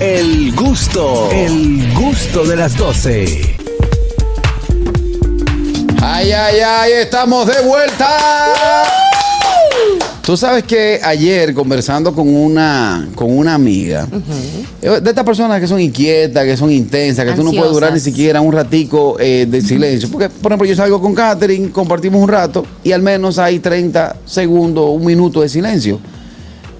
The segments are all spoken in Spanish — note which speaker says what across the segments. Speaker 1: El gusto, el gusto de las 12.
Speaker 2: Ay, ay, ay, estamos de vuelta. Tú sabes que ayer conversando con una, con una amiga, eh, de estas personas que son inquietas, que son intensas, que tú no puedes durar ni
Speaker 3: Ansiosas.
Speaker 2: siquiera un ratico eh, de silencio. Porque, por ejemplo, yo salgo con Catherine, compartimos un rato y al menos hay 30 segundos, un minuto de silencio.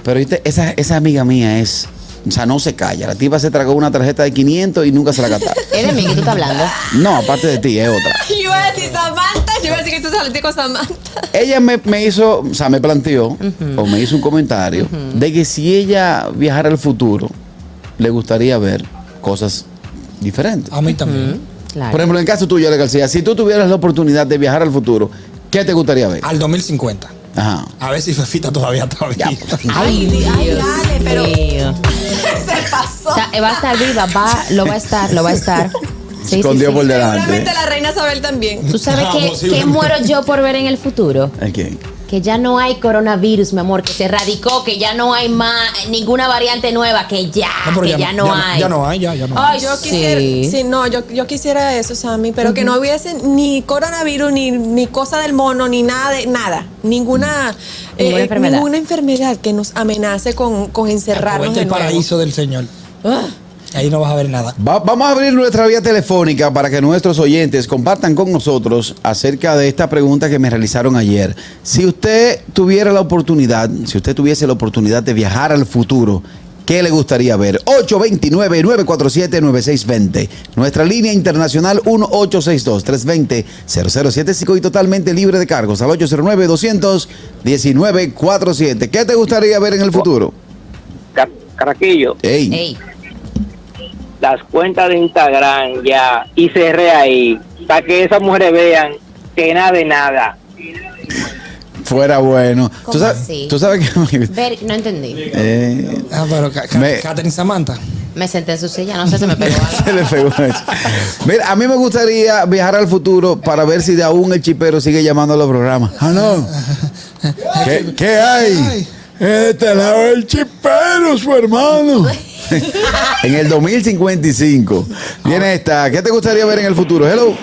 Speaker 2: Pero ¿viste? esa, esa amiga mía es, o sea, no se calla. La tipa se tragó una tarjeta de 500 y nunca se la cantaba.
Speaker 3: Es de mí que tú estás hablando.
Speaker 2: No, aparte de ti, es otra.
Speaker 4: Yo iba a decir Samantha, yo iba a decir que tú saliste con Samantha.
Speaker 2: Ella me, me hizo, o sea, me planteó, o me hizo un comentario, de que si ella viajara al futuro, le gustaría ver cosas diferentes.
Speaker 5: A mí también.
Speaker 3: Claro.
Speaker 2: Por ejemplo, en el caso tuyo, Ale García, si tú tuvieras la oportunidad de viajar al futuro, ¿qué te gustaría ver?
Speaker 5: Al 2050.
Speaker 2: Ajá.
Speaker 5: A ver si Fefita todavía Ah, está viva.
Speaker 3: Ay,
Speaker 4: ay,
Speaker 3: Dios
Speaker 4: dale, pero-
Speaker 3: mío.
Speaker 4: Se pasó.
Speaker 3: Está- eh, va a estar viva, va, lo va a estar, lo va a estar. Sí, sí,
Speaker 2: Escondió
Speaker 3: sí.
Speaker 2: por delante.
Speaker 4: Seguramente la reina Isabel también.
Speaker 3: ¿Tú sabes
Speaker 5: Ah,
Speaker 3: qué,
Speaker 5: posiblemente.
Speaker 3: qué muero yo por ver en el futuro?
Speaker 2: ¿El quién?
Speaker 3: Que ya no hay coronavirus, mi amor, que se erradicó, que ya no hay más ninguna variante nueva, que ya,
Speaker 5: No, Ah, pero
Speaker 3: que
Speaker 5: ya
Speaker 3: ya,
Speaker 5: no-
Speaker 3: no,
Speaker 5: ya no-
Speaker 3: hay.
Speaker 5: ya no hay, ya- ya no
Speaker 3: Ay,
Speaker 5: hay.
Speaker 4: Yo
Speaker 3: sí.
Speaker 4: quisiera, sí, no, yo, yo quisiera eso, Sammy, pero que no hubiese ni coronavirus, ni, ni cosa del mono, ni nada de nada. Ninguna, eh,
Speaker 3: Ninguna enfermedad.
Speaker 4: ninguna enfermedad que nos amenace con, con encerrarnos
Speaker 5: Vuelta
Speaker 4: de
Speaker 5: el
Speaker 4: nuevo.
Speaker 5: paraíso del Señor.
Speaker 4: Ah.
Speaker 5: Ahí no vas a ver nada.
Speaker 2: Va- vamos a abrir nuestra vía telefónica para que nuestros oyentes compartan con nosotros acerca de esta pregunta que me realizaron ayer. Si usted tuviera la oportunidad, si usted tuviese la oportunidad de viajar al futuro, ¿qué le gustaría ver? 829-947-9620. Nuestra línea internacional 1862-320-0075 y totalmente libre de cargos al 809-219-47. ¿Qué te gustaría ver en el futuro?
Speaker 6: Ca- Caraquillo,
Speaker 2: Ey.
Speaker 3: Ey,
Speaker 6: las cuentas de Instagram ya y cerré ahí para que esas mujeres vean que nada de nada.
Speaker 2: Fuera bueno. ¿Tú
Speaker 3: ¿Cómo
Speaker 2: sabes,
Speaker 3: así?
Speaker 2: tú sabes que...
Speaker 3: ver, no entendí.
Speaker 2: Eh,
Speaker 5: Ah, pero Ca- Ca-
Speaker 2: Me-
Speaker 5: Catherine Samantha.
Speaker 3: Me senté en su silla, no sé, se me pegó algo.
Speaker 2: se le pegó eso. Mira, a mí me gustaría viajar al futuro para ver si de aún el chipero sigue llamando a los programas. Hello. ¿Qué, qué hay? Este lado el chipero, su hermano. en el 2055. Viene esta. ¿Qué te gustaría ver en el futuro? Hello.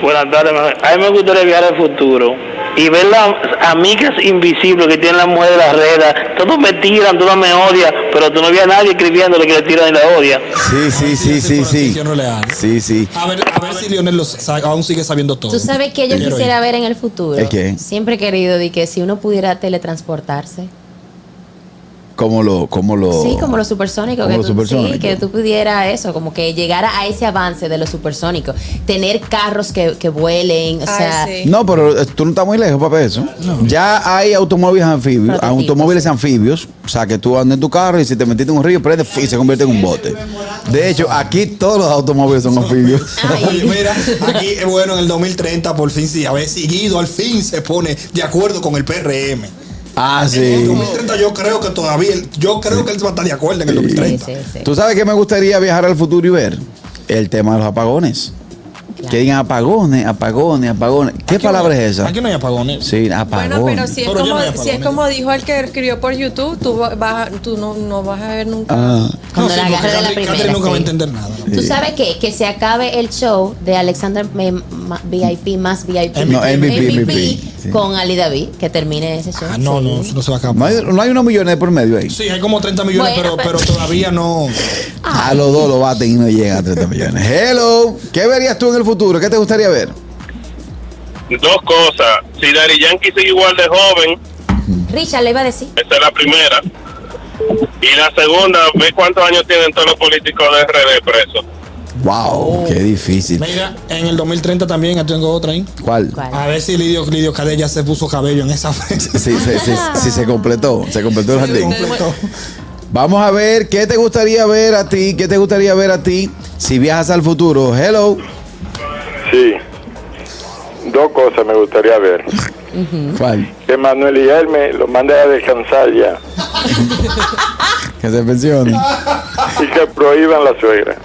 Speaker 6: Buenas tardes, ma- a mí me gustaría viajar al futuro y ver las amigas invisibles que tienen las mujeres de las redes. Todos me tiran, todos me odian, pero tú no ves a nadie escribiéndole que le tiran y la odia.
Speaker 2: Sí, sí, sí, sí, sí.
Speaker 5: Yo no le hago.
Speaker 2: Sí, sí.
Speaker 5: A ver, a ver si Lionel los sa- aún sigue sabiendo todo.
Speaker 3: ¿Tú sabes qué yo
Speaker 5: Quiero
Speaker 3: quisiera ver en el futuro?
Speaker 2: ¿El qué?
Speaker 3: Siempre he querido de que si uno pudiera teletransportarse.
Speaker 2: Como lo, como lo.
Speaker 3: Sí, como los supersónicos.
Speaker 2: Oh. Como
Speaker 3: que
Speaker 2: los
Speaker 3: tú,
Speaker 2: supersónicos.
Speaker 3: Sí, que tú pudieras eso, como que llegara a ese avance de los supersónicos. Tener carros que, que vuelen, o
Speaker 4: Ay,
Speaker 3: sea...
Speaker 4: sí.
Speaker 2: No, pero eh, tú no estás muy lejos para eso. Ya hay automóviles anfibios,
Speaker 3: Prototipos.
Speaker 2: automóviles anfibios, o sea, que tú andas en tu carro y si te metiste en un río, prende y se convierte en un bote. De hecho, aquí todos los automóviles son anfibios.
Speaker 3: Ay.
Speaker 5: Oye, mira, aquí, eh, bueno, en el 2030, por fin, sí, haber seguido, al fin se pone de acuerdo con el PRM.
Speaker 2: Ah,
Speaker 5: En el
Speaker 2: sí.
Speaker 5: 2030 yo creo que todavía, él- yo creo que él va a estar de acuerdo en el 2030.
Speaker 3: Sí, sí, sí.
Speaker 2: ¿Tú sabes que me gustaría viajar al futuro y ver? El tema de los apagones. Que digan apagones, apagones, apagones. ¿Qué
Speaker 5: Aquí
Speaker 2: palabra
Speaker 5: no-
Speaker 2: es esa?
Speaker 5: Aquí no hay ¿eh? apagones.
Speaker 2: Sí,
Speaker 4: Bueno, pero
Speaker 2: apagones.
Speaker 4: si es,
Speaker 5: Pero ya
Speaker 4: como,
Speaker 5: no hay
Speaker 4: si es
Speaker 5: apagón,
Speaker 4: como dijo el que escribió por YouTube, tú, va- vas, a- tú no, no vas a ver nunca.
Speaker 2: Ah,
Speaker 3: Cuando la agarre de
Speaker 5: porque
Speaker 3: la
Speaker 5: Catherine-
Speaker 3: primera,
Speaker 5: Catherine nunca va a
Speaker 3: sí.
Speaker 5: entender nada.
Speaker 3: ¿Tú sabes qué? Que se acabe el show de Alexander eh, ma- VIP más VIP.
Speaker 2: No, MVP, sí.
Speaker 3: Con Ali David, que termine ese show.
Speaker 5: Ah, no,
Speaker 3: sí.
Speaker 5: no, eso no se va a
Speaker 2: no,
Speaker 5: acabar.
Speaker 2: hay, no hay unos millones de por medio ahí.
Speaker 5: Sí, hay como 30 millones,
Speaker 3: Bueno, pues. pero-
Speaker 5: pero, pero todavía no.
Speaker 2: A los dos lo baten y no llegan a 30 millones. Hello, ¿qué verías tú en el futuro? ¿Qué te gustaría ver?
Speaker 7: Dos cosas. Si Dari Yankee sigue igual de joven,
Speaker 3: Richard le iba a decir.
Speaker 7: esa es la primera. Y la segunda, ve cuántos años tienen todos los políticos de RD presos.
Speaker 2: Wow, qué difícil.
Speaker 5: Mira, en el 2030 también, yo tengo otra ahí.
Speaker 2: ¿Cuál?
Speaker 3: ¿Cuál?
Speaker 5: A ver si Lidio, Lidio Cadet ya se puso cabello en esa
Speaker 2: Sí,
Speaker 5: frente.
Speaker 2: sí, sí, sí, se completó, se completó el jardín.
Speaker 5: Completo.
Speaker 2: Vamos a ver qué te gustaría ver a ti, qué te gustaría ver a ti si viajas al futuro. Hello.
Speaker 8: Sí. Dos cosas me gustaría ver.
Speaker 2: ¿Cuál?
Speaker 8: Que Manuel y él me lo mande a descansar ya
Speaker 2: Que se pensione.
Speaker 8: y que prohíban la suegra.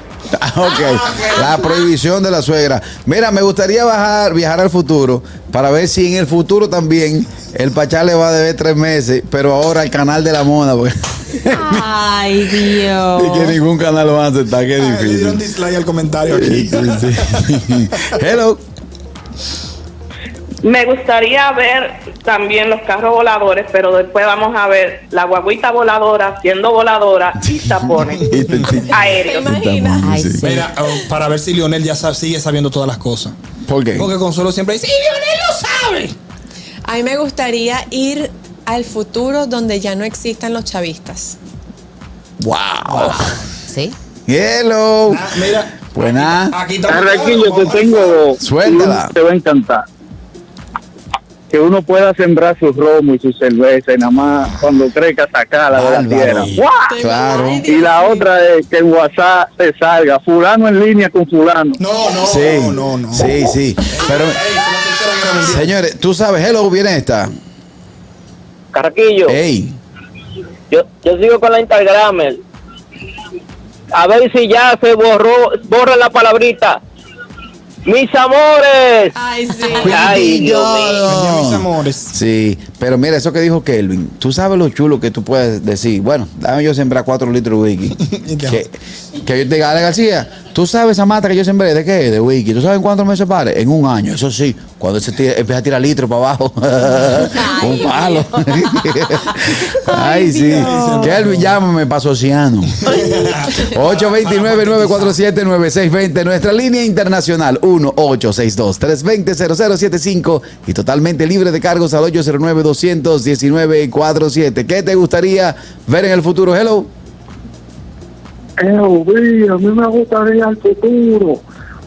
Speaker 2: Ah, ok. La prohibición de la suegra. Mira, me gustaría bajar, viajar al futuro para ver si en el futuro también El Pachá le va a deber tres meses, pero ahora al canal de la moda, porque
Speaker 3: Ay,
Speaker 2: y que
Speaker 3: Dios.
Speaker 2: ningún canal lo va a aceptar, qué
Speaker 5: Ah, Le
Speaker 2: difícil.
Speaker 5: dieron dislike al comentario aquí.
Speaker 2: Sí, sí, sí. Hello.
Speaker 9: Me gustaría ver también los carros voladores, pero después vamos a ver la guaguita voladora siendo voladora y tapones
Speaker 2: Y te- te-
Speaker 9: aéreos.
Speaker 4: Imagina.
Speaker 2: Estamos,
Speaker 3: Ay,
Speaker 2: sí.
Speaker 3: sí.
Speaker 5: Mira, oh, para ver si Lionel ya sa- sigue sabiendo todas las cosas.
Speaker 2: ¿Por qué?
Speaker 5: Porque Consuelo siempre dice, "Y Lionel lo sabe!
Speaker 4: A mí me gustaría ir al futuro donde ya no existan los chavistas.
Speaker 2: Wow.
Speaker 3: Sí.
Speaker 2: Hello.
Speaker 5: Ah, mira,
Speaker 2: Buena.
Speaker 5: aquí está.
Speaker 7: Carraquillo, te tengo dos.
Speaker 2: Suéltala.
Speaker 7: Y uno Te va a encantar. Que uno pueda sembrar su romo y su cerveza y nada más cuando crezca sacarla de la
Speaker 2: Bárbaro.
Speaker 7: tierra. ¡Guau!
Speaker 2: Claro.
Speaker 4: Ay,
Speaker 7: Y
Speaker 4: Dios
Speaker 7: la
Speaker 4: mío.
Speaker 7: otra es que en WhatsApp te salga fulano en línea con fulano.
Speaker 5: No, no,
Speaker 2: Sí.
Speaker 5: no, no, no. Ey,
Speaker 2: Sí, sí. Pero,
Speaker 5: fue la tercera guerra mundial.
Speaker 2: señores, tú sabes, hello, viene esta.
Speaker 9: Carraquillo,
Speaker 2: Ey.
Speaker 9: yo, yo sigo con la Instagramer. A ver si ya se borró, borra la palabrita. Mis amores.
Speaker 4: Ay, sí.
Speaker 9: Ay, Dios mío.
Speaker 5: Venía, mis amores.
Speaker 2: Sí, pero mira, eso que dijo Kelvin, tú sabes lo chulo que tú puedes decir. Bueno, dame yo sembrar cuatro litros de wiki. que, que yo te diga, Ale García, tú sabes esa mata que yo sembré, ¿de qué? De wiki. ¿Tú sabes en cuánto me separe? En un año, eso sí. Cuando se tira- empieza a tirar litros para abajo. un palo. Ay, sí. Kelvin, llámame para Sociano. 829-947-9620, nuestra línea internacional 1-862-320-0075 y totalmente libre de cargos al 809-219-47. ¿Qué te gustaría ver en el futuro? Hello.
Speaker 7: a mí me gustaría el futuro.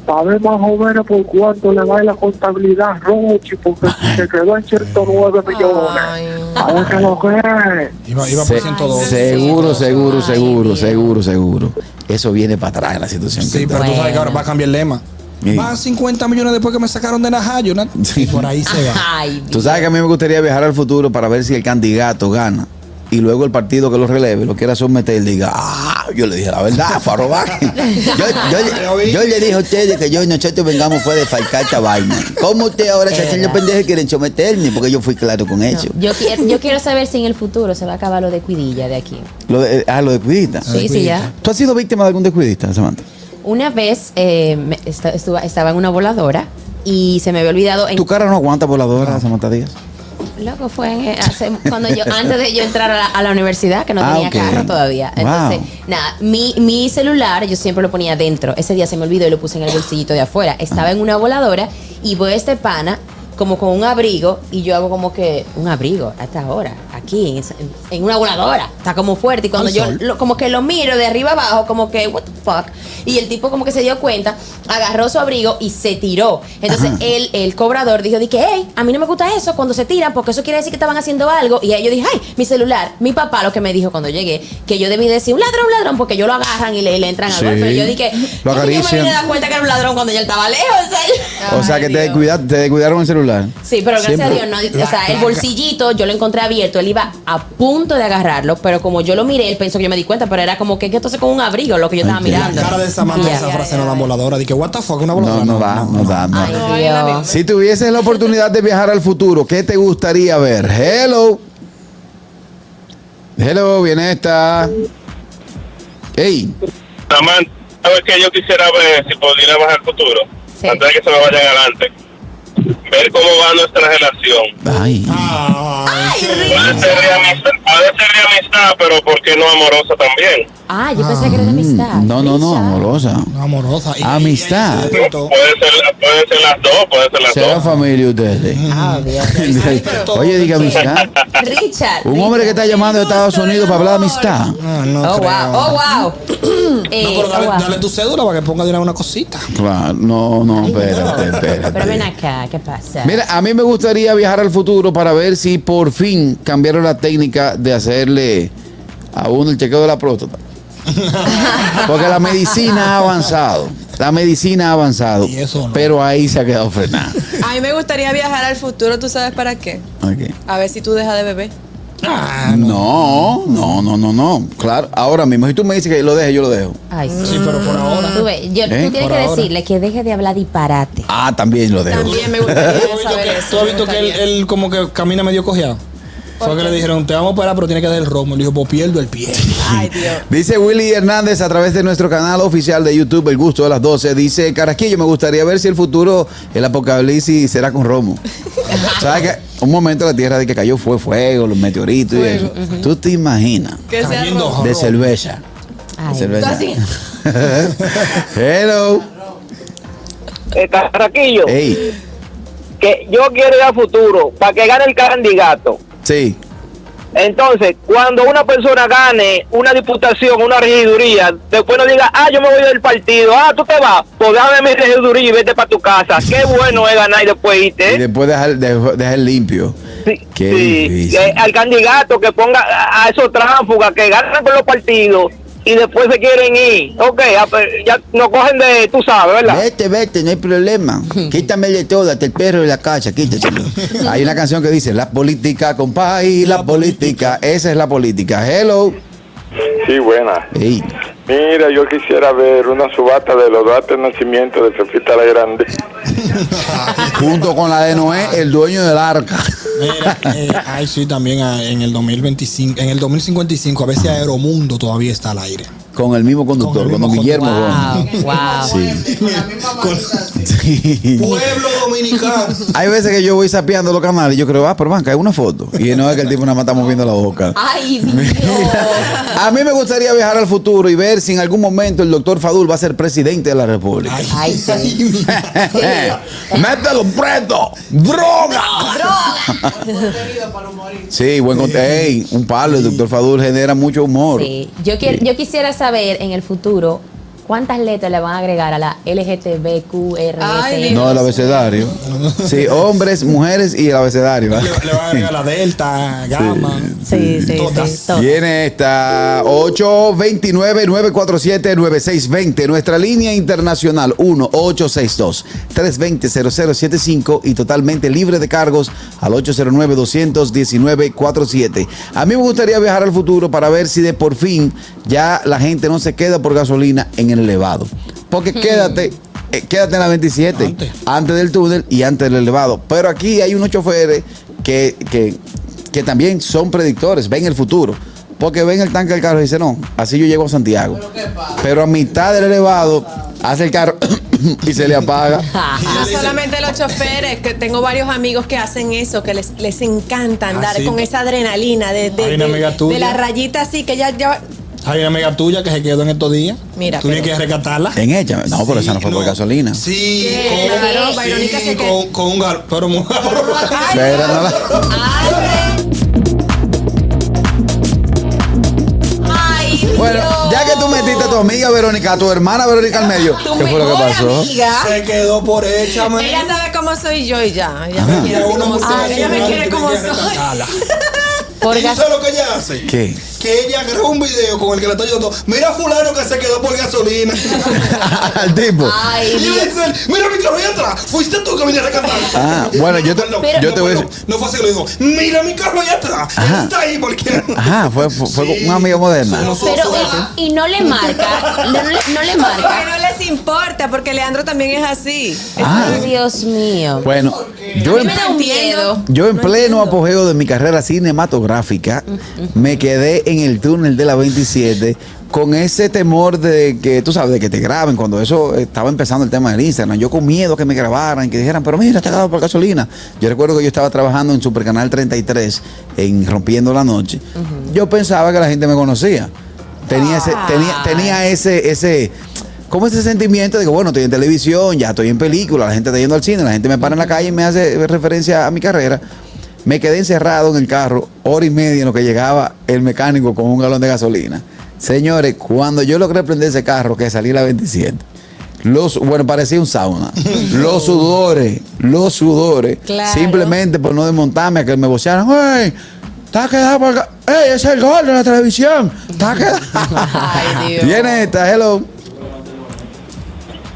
Speaker 7: Para ver más o menos por cuánto le va la contabilidad Rochi, porque se quedó en 109
Speaker 4: Ay.
Speaker 7: A ver qué lo que
Speaker 5: Iba, iba por
Speaker 2: Se-
Speaker 5: 102.
Speaker 2: seguro, seguro,
Speaker 3: Ay,
Speaker 2: seguro,
Speaker 3: Dios.
Speaker 2: seguro, seguro. Eso viene para atrás la situación. que
Speaker 5: Sí,
Speaker 2: está.
Speaker 5: pero tú sabes que ahora
Speaker 3: Bueno.
Speaker 5: va a cambiar el lema.
Speaker 2: Sí.
Speaker 5: Van 50 millones después que me sacaron de Najayo, ¿no?
Speaker 2: Sí.
Speaker 5: Y por ahí se va.
Speaker 3: Ay,
Speaker 2: Tú sabes que a mí me gustaría viajar al futuro para ver si el candidato gana. Y luego el partido que lo releve, lo quiera someter, y diga, ah, yo le dije la verdad, fue a robar. Yo, yo- yo le dije a ustedes que yo y nosotros vengamos fue de falcar esta vaina. ¿Cómo ustedes ahora se hacen los pendejos y quieren someterme? Porque yo fui claro con
Speaker 3: No,
Speaker 2: eso.
Speaker 3: Yo, quiero, yo quiero saber si en el futuro se va a acabar lo de cuidilla de aquí.
Speaker 2: Lo de- ah, lo descuidista.
Speaker 3: Sí, sí, ya.
Speaker 2: ¿Tú has sido víctima de algún descuidista, Samantha?
Speaker 3: Una vez eh, me- esta- estuva- estaba en una voladora y se me había olvidado en
Speaker 2: Tu cara no aguanta voladora, Samantha Díaz.
Speaker 3: Loco, fue en- eh, hace- cuando yo, antes de yo entrar a la, a la universidad, que no
Speaker 2: Ah,
Speaker 3: tenía
Speaker 2: ok.
Speaker 3: carro todavía.
Speaker 2: Wow.
Speaker 3: Entonces, nada, mi, mi celular yo siempre lo ponía dentro. Ese día se me olvidó y lo puse en el bolsillito de afuera. Estaba en una voladora y voy a este pana como con un abrigo y yo hago como que un abrigo hasta ahora, aquí, en, esa- en- en una voladora. Está como fuerte y cuando
Speaker 5: Al
Speaker 3: yo
Speaker 5: sol.
Speaker 3: lo- como que lo miro de arriba abajo, como que, what the fuck. Y el tipo como que se dio cuenta, agarró su abrigo y se tiró. Entonces
Speaker 2: Ajá.
Speaker 3: el, el cobrador dijo, dije, hey, a mí no me gusta eso cuando se tiran, porque eso quiere decir que estaban haciendo algo. Y ahí yo dije, ay, mi celular, mi papá lo que me dijo cuando llegué, que yo debí decir, un ladrón, un ladrón, porque yo lo agarran y le, y le entran al
Speaker 2: Sí.
Speaker 3: golpe. Y yo dije,
Speaker 2: Lo
Speaker 3: "Es que yo me
Speaker 2: acarician.
Speaker 3: vine a dar cuenta que era un ladrón cuando yo estaba lejos. o sea, yo-
Speaker 2: o sea, que te, descuida- te descuidaron el celular.
Speaker 3: Sí, pero gracias
Speaker 2: Siempre.
Speaker 3: a Dios no. O sea, el bolsillito yo lo encontré abierto. Él iba a punto de agarrarlo, pero como yo lo miré, él pensó que yo me di cuenta, pero era como que que esto se con un abrigo lo que yo estaba
Speaker 2: Ay, qué
Speaker 3: mirando.
Speaker 5: Cara de Samantha,
Speaker 3: Ya.
Speaker 5: esa frase no dan voladora. Dije, what the fuck, una voladora.
Speaker 2: No, no da, no da, no da.
Speaker 3: Ay, Dios.
Speaker 2: Si tuvieses la oportunidad de viajar al futuro, ¿qué te gustaría ver? Hello. Hello, viene esta. Hey,
Speaker 7: Samantha, ¿sabes qué? Yo quisiera ver si podría bajar el futuro.
Speaker 3: Sí.
Speaker 7: Antes de que se me vayan adelante. Ver cómo va nuestra relación.
Speaker 2: ay,
Speaker 3: Ah,
Speaker 5: Ay,
Speaker 7: Puede ser de amistad, puede ser de amistad, pero ¿por qué no amorosa también?
Speaker 3: Ah, yo pensé que era de amistad.
Speaker 2: Mm, no, no, no,
Speaker 3: Richard.
Speaker 2: amorosa.
Speaker 5: no, amorosa. Y-
Speaker 2: Amistad.
Speaker 5: y- y- y-
Speaker 7: Puede ser, puede ser las dos, puede ser las
Speaker 2: Será
Speaker 7: dos.
Speaker 2: familia ustedes.
Speaker 3: Ah, Dios.
Speaker 2: Oye, diga amistad.
Speaker 3: Richard.
Speaker 2: Un hombre que está llamando de Estados Unidos para hablar de amistad.
Speaker 5: No, "Ah, no
Speaker 3: Oh,
Speaker 5: creo.
Speaker 3: wow. Oh, wow. Eh,
Speaker 5: No, pero dale,
Speaker 3: oh, wow.
Speaker 5: dale tu cédula para que ponga de una- una cosita.
Speaker 2: Claro, no, no, espérate,
Speaker 3: Pero ven
Speaker 2: espérate.
Speaker 3: acá, ¿qué pasa?
Speaker 2: Mira, a mí me gustaría viajar al futuro para ver si por fin cambiaron la técnica de hacerle a uno el chequeo de la próstata. Porque la medicina ha avanzado. La medicina ha avanzado.
Speaker 5: Y eso no.
Speaker 2: Pero ahí se ha quedado frenada.
Speaker 4: A mí me gustaría viajar al futuro, ¿tú sabes para qué?
Speaker 2: Ok.
Speaker 4: A ver si tú dejas de beber.
Speaker 5: Ah,
Speaker 2: No, no, no, no, no. Claro, ahora mismo. Si tú me dices que lo deje, yo lo dejo.
Speaker 3: Ay, sí.
Speaker 5: Sí, pero por ahora.
Speaker 3: Tú, ves, yo-
Speaker 2: ¿Eh?
Speaker 3: tú tienes
Speaker 5: Por
Speaker 3: que
Speaker 5: ahora.
Speaker 3: decirle que deje de hablar disparate.
Speaker 2: Ah, también lo dejo.
Speaker 4: También me
Speaker 5: ¿Tú has
Speaker 4: gustaría
Speaker 5: visto
Speaker 4: saber
Speaker 5: que-
Speaker 4: eso.
Speaker 5: ¿Tú has
Speaker 4: me
Speaker 5: visto que él,
Speaker 4: gustaría.
Speaker 5: él como que camina medio cojeado? Fue que le dijeron, te vamos a operar, pero tiene que dar el romo. Le dijo, pues pierdo el pie.
Speaker 4: Ay, Dios.
Speaker 2: Dice Willy Hernández a través de nuestro canal oficial de YouTube, El Gusto de las 12. Dice, Carasquillo, me gustaría ver si el futuro, el apocalipsis será con Romo. ¿Sabes que Un momento la tierra de que cayó fue fuego, los meteoritos
Speaker 4: Fuego,
Speaker 2: y eso. ¿Tú te imaginas?
Speaker 4: Que sea
Speaker 5: Cayendo
Speaker 4: rojo.
Speaker 2: De
Speaker 5: Romo.
Speaker 2: cerveza. De
Speaker 3: Ay.
Speaker 2: cerveza.
Speaker 4: Tú
Speaker 2: Hello.
Speaker 9: Eh, Carraquillo,
Speaker 2: Hey.
Speaker 9: que yo quiero ir a futuro para que gane el candidato.
Speaker 2: Sí.
Speaker 9: Entonces, cuando una persona gane una diputación, una regiduría, después no diga, ah, yo me voy del partido, ah, tú te vas, pues dame mi regiduría y vete para tu casa. Qué bueno es ganar y después irte. ¿eh?
Speaker 2: Y después dejar, dej- dejar limpio.
Speaker 9: Sí,
Speaker 2: Qué
Speaker 9: sí,
Speaker 2: difícil.
Speaker 9: que al candidato que ponga a a esos tránsfugas que ganan con los partidos y después se quieren ir. Ok, ah, pues ya nos cogen de, tú sabes, ¿verdad?
Speaker 2: Vete, vete, no hay problema. Quítame de todo, hasta el perro de la casa, quítaselo. Hay una canción que dice, la política, compay, la política. Esa es la política. Hello.
Speaker 8: Sí, buena.
Speaker 2: Ey,
Speaker 8: Mira, yo quisiera ver una subasta de los datos de nacimiento de Pepita la Grande.
Speaker 2: junto con la de Noé, el dueño del arca.
Speaker 5: Mira, eh, ay, sí, también ah, en el 2025, en el 2055, a ver si Aeromundo todavía está al aire.
Speaker 2: Con el mismo
Speaker 5: Con
Speaker 2: conductor,
Speaker 5: el
Speaker 2: con,
Speaker 5: mismo
Speaker 2: Guillermo.
Speaker 3: Wow,
Speaker 2: Gómez.
Speaker 3: wow.
Speaker 2: Sí. Sí.
Speaker 5: Pueblo dominicano.
Speaker 2: Hay veces que yo voy sapeando los canales y yo creo, ah, pero man, cae una foto. Y no es que el tipo nada más está moviendo la boca.
Speaker 3: Ay, Dios.
Speaker 2: A mí me gustaría viajar al futuro y ver si en algún momento el doctor Fadul va a ser presidente de la República.
Speaker 5: Ay,
Speaker 3: Ay, sí.
Speaker 2: Mételo preto, droga. Sí, buen contenido. Ey, un palo, el doctor Fadul genera mucho humor.
Speaker 3: Sí. Yo, qui- yo quisiera saber en el futuro cuántas letras le van a agregar a la
Speaker 4: Ay,
Speaker 3: LGTBQRS.
Speaker 2: No, el abecedario. Sí, hombres, mujeres y el abecedario. ¿verdad?
Speaker 5: Le, le van a agregar la Delta, Gamma.
Speaker 4: Sí, sí,
Speaker 5: Todas.
Speaker 4: sí. todo.
Speaker 2: Viene esta 829-947-9620, nuestra línea internacional 1-862-320-0075 y totalmente libre de cargos al 809-219-47. A mí me gustaría viajar al futuro para ver si de por fin ya la gente no se queda por gasolina en el elevado. Porque quédate, eh, quédate en la 27, antes.
Speaker 5: Antes.
Speaker 2: del túnel y antes del elevado. Pero aquí hay unos choferes que... que que también son predictores, ven el futuro. Porque ven el tanque del carro y dicen, no, así yo llego a Santiago. Pero a mitad del elevado hace el carro y se le apaga.
Speaker 4: No solamente los choferes, que tengo varios amigos que hacen eso, que les, les encanta andar
Speaker 5: Ah, sí.
Speaker 4: con esa adrenalina de, de,
Speaker 5: Hay una
Speaker 4: de-
Speaker 5: amiga
Speaker 4: de
Speaker 5: tuya.
Speaker 4: la rayita así que ya, ya
Speaker 5: Hay una amiga tuya que se quedó en estos días.
Speaker 4: Mira,
Speaker 5: Tú tienes
Speaker 4: pero-
Speaker 5: que rescatarla.
Speaker 2: En ella. No, pero esa no fue por gasolina.
Speaker 5: Sí,
Speaker 4: ¿Qué?
Speaker 5: con-
Speaker 4: Claro,
Speaker 5: sí,
Speaker 4: Verónica se quedó.
Speaker 5: con, con un gal, pero mujer.
Speaker 2: Pero no la- Bueno, ya que tú metiste a tu amiga Verónica, a tu hermana Verónica al medio,
Speaker 4: tu
Speaker 2: ¿qué fue lo que
Speaker 4: mejor
Speaker 2: pasó?
Speaker 4: amiga.
Speaker 5: Se quedó por hecha, man.
Speaker 4: Ella sabe cómo soy yo y ya. Ella me quiere
Speaker 5: Mira,
Speaker 4: así
Speaker 5: una
Speaker 4: como
Speaker 5: mujer
Speaker 4: soy. Ah, Ella me
Speaker 5: nacional
Speaker 4: quiere
Speaker 5: que
Speaker 4: como
Speaker 5: tiene que
Speaker 4: soy.
Speaker 5: rescatarla.
Speaker 3: Por
Speaker 5: ¿Y tú
Speaker 3: gas-
Speaker 5: sabes lo que ella hace?
Speaker 2: ¿Qué?
Speaker 5: Que ella grabó un video con el que la está ayudando. Mira a fulano que se quedó por gasolina.
Speaker 2: Al tipo.
Speaker 5: y
Speaker 3: Ay,
Speaker 5: le
Speaker 3: Dios.
Speaker 5: dice, mira mi carro ahí atrás. Fuiste tú que viniste a rescatar.
Speaker 2: Ah, bueno, yo te- yo te voy a decir-
Speaker 5: No fue así, le digo, mira mi carro ahí atrás. Él
Speaker 2: Ajá.
Speaker 5: está ahí porque...
Speaker 2: Ajá, fue, fue, fue
Speaker 5: Sí.
Speaker 2: una amiga moderna.
Speaker 5: Somos-
Speaker 3: Pero, ah, eh,
Speaker 5: Su- su-
Speaker 3: y, y no le marca, no, le- no le
Speaker 4: Porque
Speaker 3: marca.
Speaker 4: no les importa, porque Leandro también es así. Es-
Speaker 2: Ah.
Speaker 3: Ay, Dios mío.
Speaker 2: Bueno, yo
Speaker 3: A mí
Speaker 2: en-
Speaker 3: me da un miedo.
Speaker 2: Yo en
Speaker 4: No
Speaker 2: pleno
Speaker 4: entiendo.
Speaker 2: apogeo de mi carrera cinematográfica me quedé en el túnel de la 27 con ese temor de que, tú sabes, de que te graben cuando eso estaba empezando el tema del Instagram. Yo con miedo que me grabaran, que dijeran, pero mira, te grabado por gasolina. Yo recuerdo que yo estaba trabajando en Supercanal 33, en Rompiendo la Noche. Yo pensaba que la gente me conocía. Tenía ese, tenía, tenía ese, ese, como ese sentimiento de que, bueno, estoy en televisión, ya estoy en película, la gente está yendo al cine, la gente me para en la calle y me hace referencia a mi carrera. Me quedé encerrado en el carro hora y media en lo que llegaba el mecánico con un galón de gasolina. Señores, cuando yo logré prender ese carro, que salí la 27, los, bueno, parecía un sauna. los sudores, los sudores.
Speaker 3: Claro.
Speaker 2: Simplemente por no desmontarme, a que me bocearan, ¡Ey! Está quedado por... ga- ¡Ey! ese Es el gol de la televisión. Está quedado.
Speaker 3: Ay, Dios.
Speaker 2: Viene esta, hello.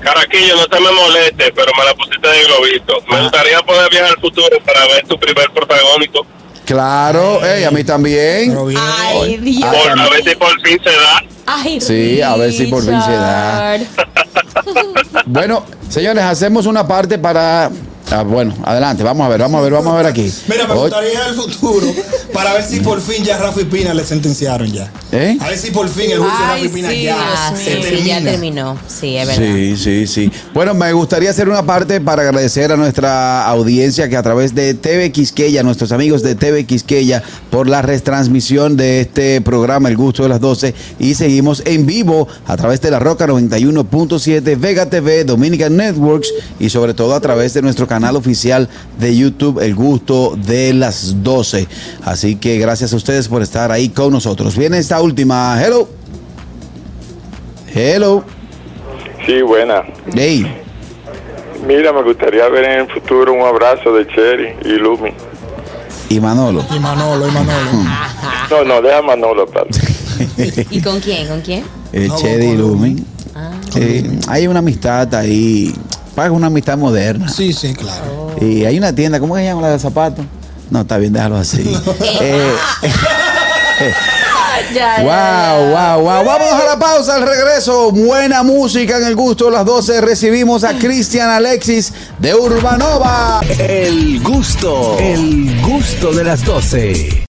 Speaker 8: Caraquillo, no te me moleste, pero me la pusiste de globito. Me gustaría poder viajar al futuro para ver tu primer protagónico.
Speaker 2: Claro, ey, a mí también.
Speaker 5: Pero bien.
Speaker 3: Ay, Dios.
Speaker 4: Ah.
Speaker 2: Ay,
Speaker 8: Bueno, a ver si por fin se da.
Speaker 3: Ay,
Speaker 2: Sí, a ver si por fin se da.
Speaker 3: Richard.
Speaker 2: Bueno, señores, hacemos una parte para. ah, bueno, adelante, vamos a ver, vamos a ver, vamos a ver aquí.
Speaker 5: Mira, me
Speaker 2: Oy-
Speaker 5: gustaría ir al futuro para ver si por fin ya Rafi Pina le sentenciaron ya.
Speaker 2: ¿Eh?
Speaker 5: A ver si por fin el juicio de
Speaker 4: Ay,
Speaker 5: Rafi Pina
Speaker 4: sí,
Speaker 5: ya
Speaker 3: Ah,
Speaker 5: se
Speaker 3: sí, sí,
Speaker 5: termina.
Speaker 3: ya terminó. Sí, es verdad.
Speaker 2: Sí, sí, sí. Bueno, me gustaría hacer una parte para agradecer a nuestra audiencia que a través de TV Quisqueya, nuestros amigos de TV Quisqueya, por la retransmisión de este programa El Gusto de las 12 y seguimos en vivo a través de la Roca 91.7, Vega TV, Dominican Networks y sobre todo a través de nuestro canal oficial de YouTube El Gusto de las 12. Así que gracias a ustedes por estar ahí con nosotros. Viene esta última. Hello. Hello.
Speaker 8: Sí, buena.
Speaker 2: Hey.
Speaker 8: Mira, me gustaría ver en el futuro un abrazo de Cherry y Lumi.
Speaker 2: y Manolo.
Speaker 5: Y Manolo, y Manolo.
Speaker 8: No, no, deja a Manolo aparte.
Speaker 3: ¿Y con quién? ¿Con quién?
Speaker 2: El
Speaker 5: No,
Speaker 2: eh, Chedi y
Speaker 5: con Lumi.
Speaker 2: Lumi. Eh, hay una amistad ahí, paga una amistad moderna.
Speaker 5: Sí, sí, claro.
Speaker 2: Y hay una tienda, ¿cómo que se llama la de zapatos? No, está bien, déjalo así. Eh,
Speaker 3: Ya,
Speaker 2: Wow, wow, wow. Vamos a la pausa, al regreso. Buena música en el gusto. A las 12 recibimos a Cristian Alexis de Urbanova.
Speaker 1: El gusto, el gusto de las 12.